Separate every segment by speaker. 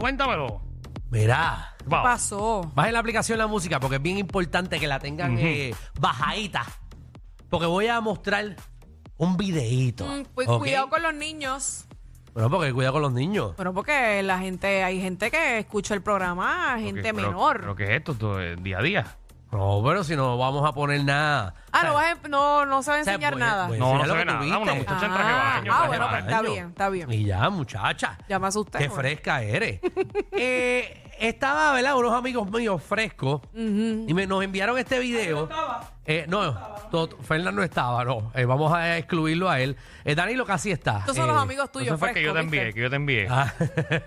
Speaker 1: cuéntamelo.
Speaker 2: Verá.
Speaker 1: Vamos.
Speaker 3: pasó?
Speaker 2: Bajen la aplicación la música porque es bien importante que la tengan eh, bajadita. Porque voy a mostrar un videíto.
Speaker 3: Mm, pues
Speaker 2: ¿ok?
Speaker 3: cuidado con los niños.
Speaker 2: Bueno, porque cuidado con los niños.
Speaker 3: Bueno, porque la gente, hay gente que escucha el programa, gente
Speaker 1: Porque- pero-
Speaker 3: menor.
Speaker 1: Pero, que es esto, todo, eh, día a día.
Speaker 2: No, pero si no vamos a poner nada.
Speaker 3: ah, no,
Speaker 2: O sea,
Speaker 3: vas a- no, no se va a
Speaker 2: o sea,
Speaker 3: enseñar
Speaker 2: voy-
Speaker 3: nada.
Speaker 2: voy a
Speaker 1: No, no
Speaker 2: enseñar
Speaker 1: se
Speaker 2: Pues lo
Speaker 1: ve
Speaker 2: que
Speaker 1: nada.
Speaker 2: tuviste.
Speaker 1: Una muchacha en traje
Speaker 3: Ah,
Speaker 1: baño,
Speaker 3: ah,
Speaker 1: traje
Speaker 3: bueno, pues,
Speaker 1: baño.
Speaker 3: está bien, está bien.
Speaker 2: Y ya, muchacha.
Speaker 3: Ya me asusté,
Speaker 2: Qué
Speaker 3: bueno.
Speaker 2: fresca eres. Eh, estaba, ¿verdad? Unos amigos míos frescos y me, nos enviaron este video. Eh, no, tot- Fernan no estaba, no. Eh, vamos a excluirlo a él. Eh, Danilo casi está.
Speaker 3: Estos son
Speaker 2: Eh,
Speaker 3: los amigos tuyos.
Speaker 1: Eso fue que yo te
Speaker 3: frescos,
Speaker 1: envié,
Speaker 3: ¿viste?
Speaker 1: que yo te envié.
Speaker 2: Ah,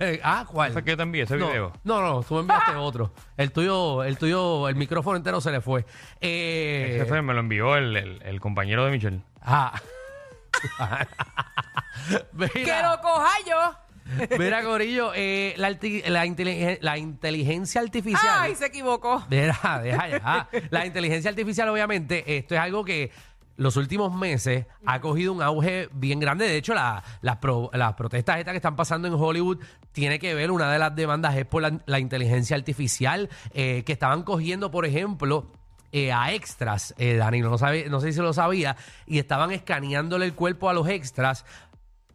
Speaker 2: ah, ¿cuál?
Speaker 1: Fue que yo te envié ese
Speaker 2: no,
Speaker 1: video.
Speaker 2: No, no, tú me enviaste otro. El tuyo, el tuyo, el micrófono entero se le fue. Eh,
Speaker 1: Ese fue- me lo envió el, el- el compañero de Michelle.
Speaker 2: Ah. Mira.
Speaker 3: Que lo coja yo.
Speaker 2: Mira, Corillo, eh, la, arti- la inteligen- la inteligencia artificial.
Speaker 3: Ay, se equivocó.
Speaker 2: Deja, deja ya. Ah, La inteligencia artificial, obviamente, esto es algo que los últimos meses ha cogido un auge bien grande. De hecho, la- las pro- las protestas estas que están pasando en Hollywood tiene que ver, una de las demandas es por la, la inteligencia artificial, eh, que estaban cogiendo, por ejemplo, eh, a extras, eh, Danilo, no, sabe, no sé si lo sabía, y estaban escaneándole el cuerpo a los extras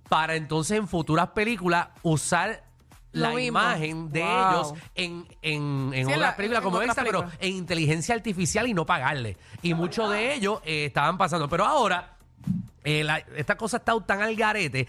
Speaker 2: para entonces en futuras películas usar
Speaker 3: Lo
Speaker 2: la
Speaker 3: mismo.
Speaker 2: imagen de
Speaker 3: Wow.
Speaker 2: ellos en, en, en
Speaker 3: Sí, en
Speaker 2: otras
Speaker 3: la-
Speaker 2: películas
Speaker 3: en
Speaker 2: como
Speaker 3: otras
Speaker 2: esta, pero
Speaker 3: películas.
Speaker 2: en inteligencia artificial y no pagarle. Y muchos
Speaker 3: Ah.
Speaker 2: de ellos eh, estaban pasando. Pero ahora, eh, la- esta cosa está tan al garete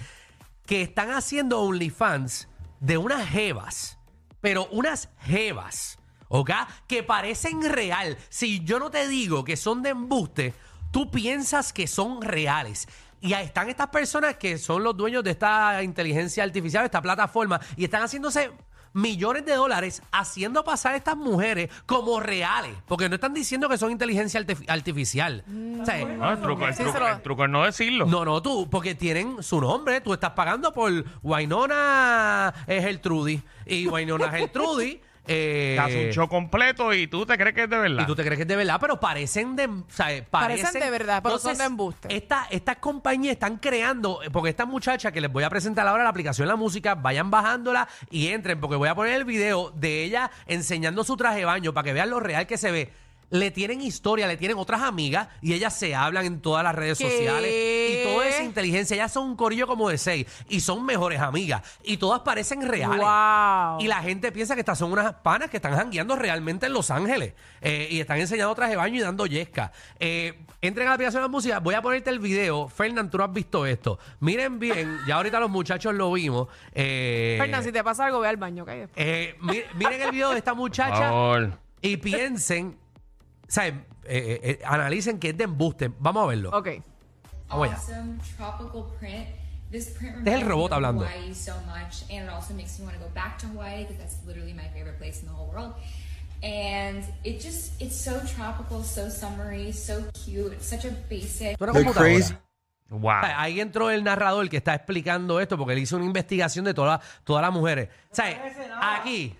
Speaker 2: que están haciendo OnlyFans de unas jevas, pero unas jevas, ¿ok? Que parecen real. Si yo no te digo que son de embuste, tú piensas que son reales. Y ahí están estas personas que son los dueños de esta inteligencia artificial, de esta plataforma, y están haciéndose millones de dólares haciendo pasar a estas mujeres como reales, porque no están diciendo que son inteligencia artif- artificial. O sea,
Speaker 1: No, Ah, el truco, el
Speaker 3: Sí,
Speaker 1: truco,
Speaker 3: se lo-
Speaker 1: el truco es no decirlo.
Speaker 2: no, no, tú, porque tienen su nombre. Tú estás pagando por Wainona es el Trudy. Y Wainona es el Trudy. eh,
Speaker 1: Te hace un show completo y tú te crees que es de verdad.
Speaker 2: Y tú te crees que es de verdad, pero parecen de. o sea, eh,
Speaker 3: Parecen de verdad, pero son de embuste.
Speaker 2: esta- estas compañías están creando, eh, porque esta muchacha que les voy a presentar ahora la aplicación La Música, vayan bajándola y entren, porque voy a poner el video de ella enseñando su traje de baño para que vean lo real que se ve. Le tienen historia, le tienen otras amigas y ellas se hablan en todas las redes
Speaker 3: ¿Qué?
Speaker 2: sociales. Y todo es inteligencia. Ellas son un corillo como de seis y son mejores amigas y todas parecen reales.
Speaker 3: Wow.
Speaker 2: Y la gente piensa que estas son unas panas que están jangueando realmente en Los Ángeles eh, y están enseñando traje de baño y dando yesca. Eh, entren a la aplicación de la música. Voy a ponerte el video. Fernán, tú no has visto esto. Miren bien, ya ahorita los muchachos lo vimos. Eh,
Speaker 3: Fernan, si te pasa algo, ve al baño, ¿ok?
Speaker 2: eh, mi- miren el video de esta
Speaker 1: Por
Speaker 2: muchacha
Speaker 1: favor.
Speaker 2: y piensen, ¿saben? Eh, eh, eh, analicen que es de embuste. Vamos a verlo.
Speaker 3: Ok.
Speaker 2: Vamos allá.
Speaker 4: awesome tropical print. This print
Speaker 2: Este es Ah, el
Speaker 4: reminds me
Speaker 2: robot
Speaker 4: of
Speaker 2: hablando.
Speaker 4: Hawaii so much, and it also makes me want to go back to Hawaii because that's literally my favorite place in the whole world. And it just, it's so tropical, so summery, so cute. It's such a basic.
Speaker 2: Tú eres
Speaker 5: They're
Speaker 2: computadora.
Speaker 5: crazy.
Speaker 1: Wow.
Speaker 2: O sea, Ahí entró el narrador que está explicando esto porque él hizo una investigación de todas las- todas las mujeres. O sea, aquí,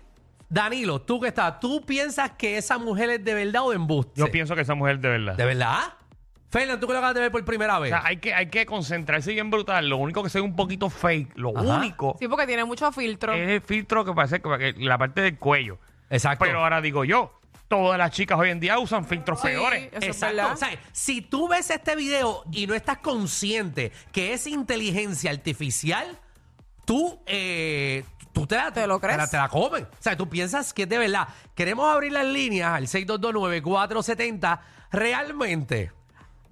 Speaker 2: Danilo, tú que estás, ¿tú piensas que esa mujer es de verdad o de embuste?
Speaker 1: Yo pienso que esa mujer de verdad.
Speaker 2: ¿De verdad? Fernan, tú que lo acabas de ver por primera
Speaker 1: O
Speaker 2: vez.
Speaker 1: sea, hay que, hay que concentrarse bien brutal. Lo único que sea un poquito fake, lo
Speaker 2: Ajá.
Speaker 1: único
Speaker 3: Sí, porque tiene mucho filtro.
Speaker 2: Eh.
Speaker 1: es el filtro que parece que que la parte del cuello.
Speaker 2: Exacto.
Speaker 1: Pero ahora digo yo, todas las chicas hoy en día usan filtros
Speaker 3: Sí,
Speaker 1: peores.
Speaker 3: eso es
Speaker 2: Exacto.
Speaker 3: verdad.
Speaker 2: O sea, si tú ves este video y no estás consciente que es inteligencia artificial, tú, eh, tú te la,
Speaker 3: ¿Te lo crees?
Speaker 2: la- te la comes. O sea, tú piensas que es de verdad. Queremos abrir las líneas al 6229470. Realmente,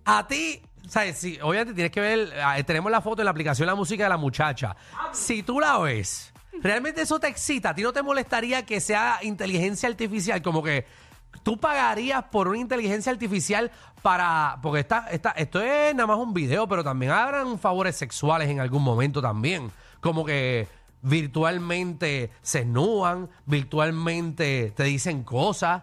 Speaker 2: a ti, o sea, si, obviamente tienes que ver, ah, tenemos la foto en la aplicación La Música de la muchacha. Si tú la ves, realmente eso te excita. ¿A ti no te molestaría que sea inteligencia artificial? Como que tú pagarías por una inteligencia artificial para... Porque esta, esta, esto es nada más un video, pero también habrán favores sexuales en algún momento también. Como que virtualmente se esnúan, virtualmente te dicen cosas.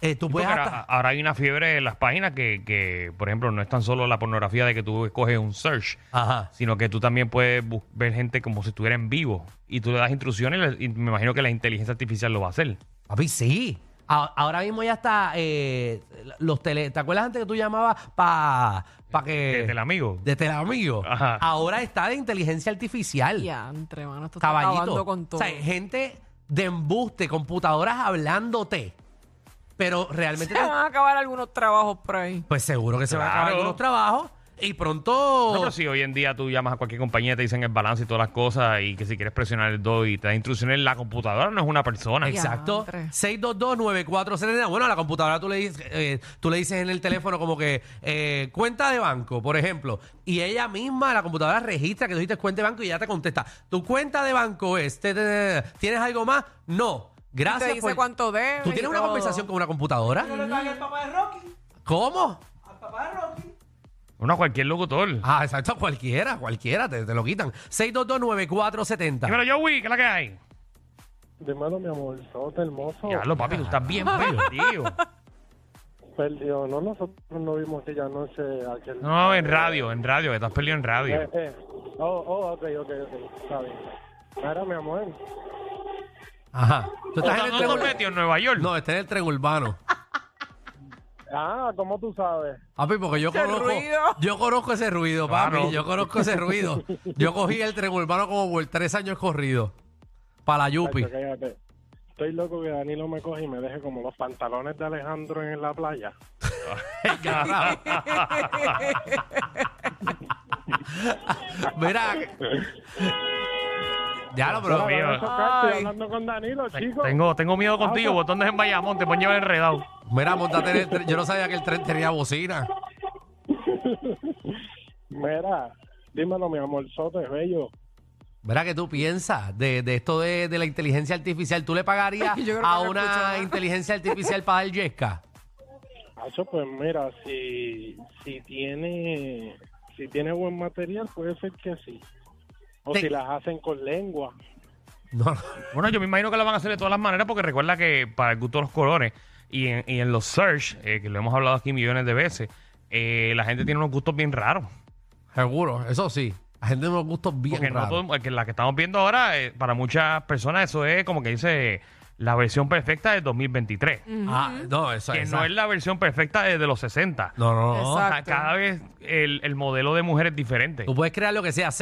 Speaker 2: Eh, tú
Speaker 1: Sí,
Speaker 2: puedes
Speaker 1: porque
Speaker 2: hasta-
Speaker 1: ahora, ahora hay una fiebre en las páginas que, que, por ejemplo, no es tan solo la pornografía de que tú escoges un search,
Speaker 2: Ajá.
Speaker 1: sino que tú también puedes bu- ver gente como si estuviera en vivo y tú le das instrucciones y le- y me imagino que la inteligencia artificial lo va a hacer.
Speaker 2: Papi, sí. A- ahora mismo ya está eh, los tele. ¿Te acuerdas antes que tú llamabas para pa que.
Speaker 1: De Telamigo.
Speaker 2: De Telamigo.
Speaker 1: Ajá.
Speaker 2: Ahora está de inteligencia artificial.
Speaker 3: Ya, entre manos, esto está
Speaker 2: Caballito.
Speaker 3: acabando con todo.
Speaker 2: O sea, gente de embuste, computadoras hablándote. Pero realmente...
Speaker 3: Se van a acabar algunos trabajos por ahí.
Speaker 2: Pues seguro que se van a acabar
Speaker 1: Claro.
Speaker 2: algunos trabajos y pronto...
Speaker 1: No, pero si hoy en día tú llamas a cualquier compañía, te dicen el balance y todas las cosas, y que si quieres presionar el 2 y te da instrucciones, la computadora no es una persona.
Speaker 3: Ex-
Speaker 2: Exacto.
Speaker 3: Diantre.
Speaker 2: 622-9470. Bueno, a la computadora tú le, dices, eh, tú le dices en el teléfono como que eh, cuenta de banco, por ejemplo. Y ella misma, la computadora registra que tú dijiste cuenta de banco y ya te contesta. Tu cuenta de banco es... te- te- te- te- ¿Tienes algo más? No. Gracias.
Speaker 3: Y te dice cuánto debes
Speaker 2: Ah, ¿Tú tienes
Speaker 3: y
Speaker 2: una
Speaker 3: todo.
Speaker 2: conversación con una computadora?
Speaker 5: Yo le pagué al papá de Rocky.
Speaker 2: ¿Cómo?
Speaker 5: Al papá de Rocky.
Speaker 1: Uno a cualquier locutor.
Speaker 2: Ah, exacto. Cualquiera, cualquiera. Te, te lo quitan. 622-9470.
Speaker 1: Dímelo, Joey, ¿qué es la que hay?
Speaker 6: Dímelo, mi amor, todo
Speaker 2: Oh.
Speaker 6: hermoso.
Speaker 1: Ya lo, papi, tú estás bien bello, tío.
Speaker 6: Perdió, no, nosotros no vimos ella anoche aquel.
Speaker 1: No, en radio, en radio, que estás perdido en
Speaker 6: Eh,
Speaker 1: radio.
Speaker 6: eh. Oh, oh, ok, ok, ok, está bien. Claro, mi amor.
Speaker 2: Ajá. Tú
Speaker 1: ¿Tú
Speaker 2: estás en el tren
Speaker 1: estás
Speaker 2: urbano.
Speaker 1: metido en Nueva York?
Speaker 2: No, está en el tren urbano.
Speaker 6: Ah, ¿cómo tú sabes?
Speaker 2: Papi, porque yo
Speaker 3: Ese
Speaker 2: conozco,
Speaker 3: ruido.
Speaker 2: yo conozco ese ruido, papi.
Speaker 1: Claro.
Speaker 2: Yo conozco ese ruido. Yo cogí el tren urbano como por tres años corrido. Para la Yupi.
Speaker 6: Chacho, cállate. Estoy loco que Danilo me coge y me deje como los pantalones de Alejandro en la playa.
Speaker 2: Mira. Ya lo
Speaker 1: Dios
Speaker 2: probé.
Speaker 1: mío.
Speaker 6: Para chocarte,
Speaker 3: Ay.
Speaker 6: hablando con Danilo, chico.
Speaker 1: Tengo, tengo miedo contigo,
Speaker 2: Ah, pues.
Speaker 1: botón de en Bayamón, te pueden llevar enredado.
Speaker 2: Mira, montate en el tren. Yo no sabía que el tren tenía bocina.
Speaker 6: Mira, dímelo, mi amor, Sote, bello.
Speaker 2: Mira, que tú piensas de, de esto de, de la inteligencia artificial? ¿Tú le pagarías
Speaker 3: Yo creo que
Speaker 2: a
Speaker 3: no
Speaker 2: una
Speaker 3: escucho.
Speaker 2: inteligencia artificial para dar yesca?
Speaker 7: Ah,
Speaker 6: Hacho, pues mira, si, si tiene si tiene buen material, puede ser que sí. O
Speaker 2: Te-
Speaker 6: si las hacen con lengua.
Speaker 2: No, no.
Speaker 1: Bueno, yo me imagino que la van a hacer de todas las maneras porque recuerda que para el gusto de los colores y en, y en los search, eh, que lo hemos hablado aquí millones de veces, eh, la gente tiene unos gustos bien raros.
Speaker 2: Seguro, eso sí. La gente tiene unos gustos bien
Speaker 1: Porque no
Speaker 2: raros.
Speaker 1: todo- que la que estamos viendo ahora, eh, para muchas personas eso es como que dice la versión perfecta del 2023.
Speaker 2: Ah, no, eso
Speaker 1: Que
Speaker 2: esa-
Speaker 1: no es la versión perfecta de, de los 60.
Speaker 2: No, no, no.
Speaker 1: O sea,
Speaker 3: Exacto.
Speaker 1: cada vez el, el modelo de mujer es diferente.
Speaker 2: Tú puedes crear lo que sea.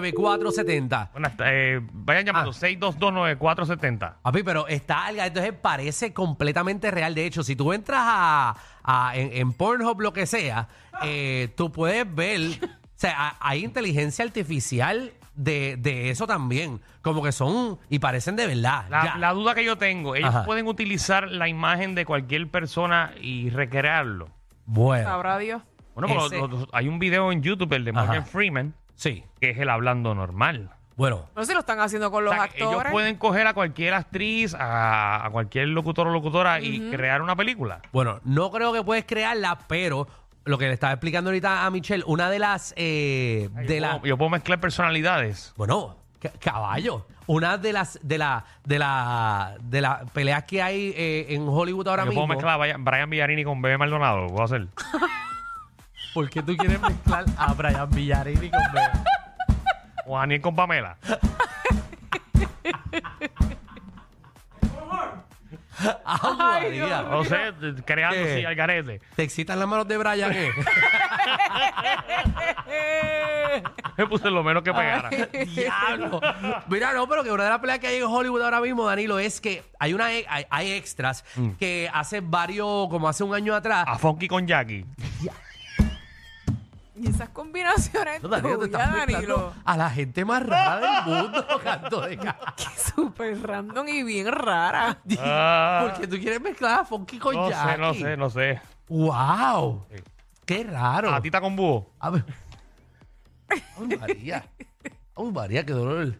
Speaker 2: 6229470.
Speaker 1: Bueno, hasta, eh, vayan llamando
Speaker 2: Ah.
Speaker 1: 6229470.
Speaker 2: Papi, pero está alga. Entonces parece completamente real. De hecho, si tú entras a, a- en, en Pornhub, lo que sea, eh, tú puedes ver. O sea, ha- hay inteligencia artificial de, de eso también. Como que son. Y parecen de verdad.
Speaker 1: La,
Speaker 2: Ya.
Speaker 1: la duda que yo tengo, ellos
Speaker 2: Ajá.
Speaker 1: pueden utilizar la imagen de cualquier persona y recrearlo.
Speaker 2: Bueno.
Speaker 3: Sabrá Dios.
Speaker 1: Bueno, pero
Speaker 2: Ese-
Speaker 1: los- los- hay un video en YouTube, el de
Speaker 2: Ajá.
Speaker 1: Morgan Freeman,
Speaker 2: Sí.
Speaker 1: que es el hablando normal.
Speaker 2: Bueno.
Speaker 3: No sé si lo están haciendo con
Speaker 1: O
Speaker 3: los
Speaker 1: sea, que ellos
Speaker 3: actores.
Speaker 1: pueden coger a cualquier actriz, a, a cualquier locutor o locutora y crear una película.
Speaker 2: Bueno, no creo que puedes crearla, pero lo que le estaba explicando ahorita a Michelle, una de las. eh,
Speaker 1: Ay,
Speaker 2: de
Speaker 1: yo,
Speaker 2: las
Speaker 1: puedo, yo puedo mezclar personalidades.
Speaker 2: Bueno, ca- caballo. Una de las de la de la de las peleas que hay eh, en Hollywood ahora
Speaker 1: yo
Speaker 2: mismo.
Speaker 1: puedo mezclar a Brian- Brian Villarini con Bebe Maldonado. Puedo hacer.
Speaker 2: ¿Por qué tú quieres mezclar a Brian Villarini con Bea?
Speaker 1: O Daniel con Pamela.
Speaker 2: ¡Ah, María!
Speaker 1: No sé, t- creando
Speaker 2: ¿Qué?
Speaker 1: así al garete.
Speaker 2: Te excitan las manos de Brian, eh.
Speaker 1: Me puse lo menos que pegara.
Speaker 2: Diablo. Mira, no, pero que una de las peleas que hay en Hollywood ahora mismo, Danilo, es que hay una e- hay, hay extras
Speaker 1: Mm.
Speaker 2: que hace varios, como hace un año atrás.
Speaker 1: A Funky con Jackie.
Speaker 3: Y esas combinaciones
Speaker 2: No,
Speaker 3: tuyas,
Speaker 2: Oh, Danilo, te estás
Speaker 3: Danilo.
Speaker 2: mezclando a la gente más rara del mundo, canto de ca-
Speaker 3: Súper random y bien rara.
Speaker 1: Ah,
Speaker 2: Porque tú quieres mezclar a Funky con
Speaker 1: no sé,
Speaker 2: Jackie.
Speaker 1: no sé, no sé.
Speaker 2: ¡Wow!
Speaker 1: Sí.
Speaker 2: ¡Qué raro!
Speaker 1: A tita con búho.
Speaker 2: A ver. ¡Ay, María! ¡Ay, María, qué dolor!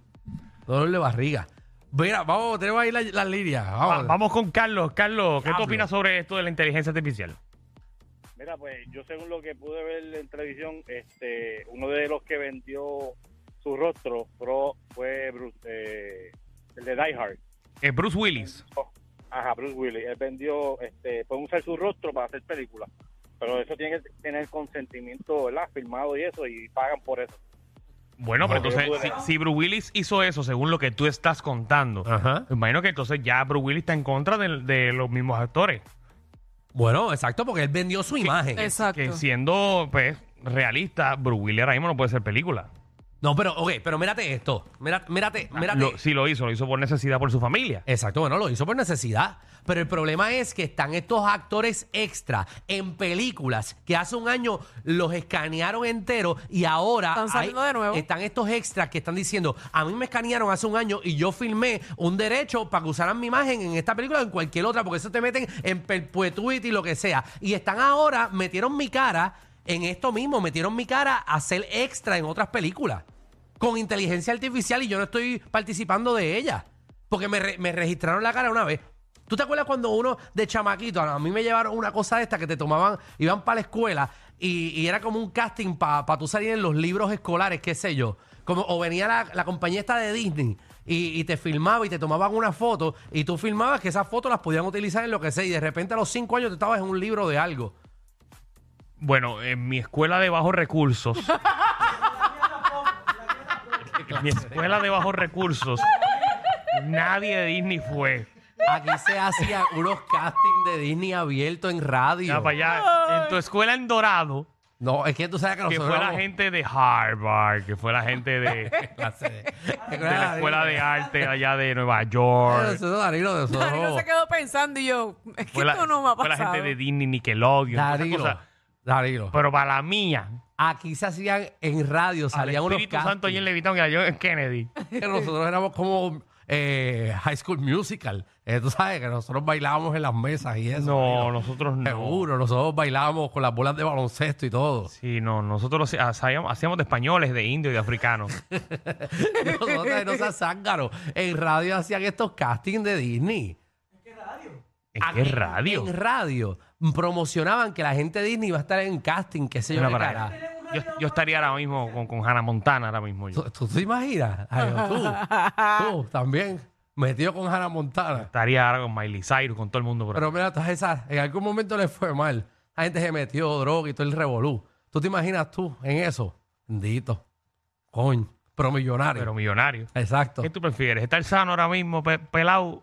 Speaker 2: Dolor de barriga. Mira, vamos, tenemos ahí la- las líneas.
Speaker 1: Va-
Speaker 2: Vamos.
Speaker 1: vamos con Carlos. Carlos, ¿qué tú
Speaker 2: Diablo.
Speaker 1: opinas sobre esto de la inteligencia artificial?
Speaker 7: Mira, pues yo según lo que pude ver en televisión, este, uno de los que vendió su rostro pro fue Bruce, eh, el de Die Hard.
Speaker 1: Eh, Bruce Willis.
Speaker 7: Ajá, Bruce Willis. Él vendió, este, pueden usar su rostro para hacer películas. Pero eso tiene que tener consentimiento, ¿verdad? Firmado y eso, y pagan por eso.
Speaker 1: Bueno, pero
Speaker 7: No,
Speaker 1: entonces,
Speaker 7: Bruce
Speaker 1: si,
Speaker 7: Willis.
Speaker 1: si Bruce Willis hizo eso, según lo que tú estás contando,
Speaker 2: Ajá.
Speaker 1: me imagino que entonces ya Bruce Willis está en contra de, de los mismos actores.
Speaker 2: Bueno, exacto, porque él vendió su imagen.
Speaker 3: Exacto.
Speaker 1: Que siendo, pues, realista, Bruce Willis ahora mismo no puede ser película.
Speaker 2: No, pero, ok, pero mírate esto. Mira- Mírate, mírate.
Speaker 1: Lo- sí, lo hizo, lo hizo por necesidad por su familia.
Speaker 2: Exacto, bueno, lo hizo por necesidad. Pero el problema es que están estos actores extra en películas que hace un año los escanearon entero y ahora
Speaker 3: Están saliendo de nuevo.
Speaker 2: están estos extras que están diciendo, a mí me escanearon hace un año y yo filmé un derecho para que usaran mi imagen en esta película o en cualquier otra, porque eso te meten en perpetuity y lo que sea. Y están ahora, metieron mi cara en esto mismo, metieron mi cara a ser extra en otras películas con inteligencia artificial y yo no estoy participando de ella. Porque me, re- me registraron la cara una vez. ¿Tú te acuerdas cuando uno de chamaquito, a mí me llevaron una cosa de esta que te tomaban, iban para la escuela y, y era como un casting para tú salir en los libros escolares, qué sé yo? Como, o venía la, la compañía esta de Disney y, y te filmaba y te tomaban una foto y tú filmabas que esas fotos las podían utilizar en lo que sea y de repente a los cinco años tú estabas en un libro de algo.
Speaker 1: Bueno, en mi escuela de bajos recursos. en mi escuela de bajos recursos. nadie de Disney fue.
Speaker 2: Aquí se hacían unos castings de Disney abiertos en radio.
Speaker 1: Ya para allá. En tu escuela en Dorado,
Speaker 2: No, es que tú sabes que
Speaker 1: que
Speaker 2: nosotros
Speaker 1: fue la
Speaker 2: éramos-
Speaker 1: gente de Harvard, que fue la gente de, de
Speaker 2: clase de, de
Speaker 1: la escuela de arte allá de Nueva York.
Speaker 2: Eso, Danilo, de
Speaker 3: Danilo se quedó pensando y yo, es que
Speaker 1: Fue la,
Speaker 3: esto no me ha
Speaker 1: fue la
Speaker 3: pasado.
Speaker 1: gente de Disney, Nickelodeon. todas esas
Speaker 2: Danilo,
Speaker 1: cosas.
Speaker 2: Danilo.
Speaker 1: Pero para la mía,
Speaker 2: Aquí se hacían en radio,
Speaker 1: al
Speaker 2: salían unos
Speaker 1: Espíritu Santo y en
Speaker 2: castings.
Speaker 1: Levitón, que yo en Kennedy.
Speaker 2: que Nosotros éramos como eh, High School Musical. Eh, tú sabes que nosotros bailábamos en las mesas y eso.
Speaker 1: No,
Speaker 2: Danilo.
Speaker 1: nosotros no.
Speaker 2: Seguro, nosotros bailábamos con las bolas de baloncesto y todo.
Speaker 1: Sí, no, nosotros lo hacíamos, hacíamos de españoles, de indios y de africanos.
Speaker 2: Nosotros no seas zángano. En radio hacían estos castings de Disney.
Speaker 1: ¿En qué
Speaker 2: Aquí,
Speaker 1: radio?
Speaker 2: Ah, En radio. Promocionaban que la gente de Disney iba a estar en casting, qué sé yo.
Speaker 1: Mira
Speaker 2: qué
Speaker 1: para
Speaker 2: cara.
Speaker 1: allá. Yo, yo estaría ahora mismo con, con Hannah Montana, ahora mismo yo.
Speaker 2: ¿Tú, tú te imaginas? Ay, tú, tú también, metido con Hannah Montana.
Speaker 1: Estaría ahora con Miley Cyrus, con todo el mundo. por ahí.
Speaker 2: Pero mira, todas esas, en algún momento le fue mal. La gente se metió droga y todo el revolú. ¿Tú te imaginas tú en eso? Bendito. Coño, pero millonario.
Speaker 1: pero millonario.
Speaker 2: Exacto.
Speaker 1: ¿Qué tú prefieres? ¿Estar sano ahora mismo, pe- pelado?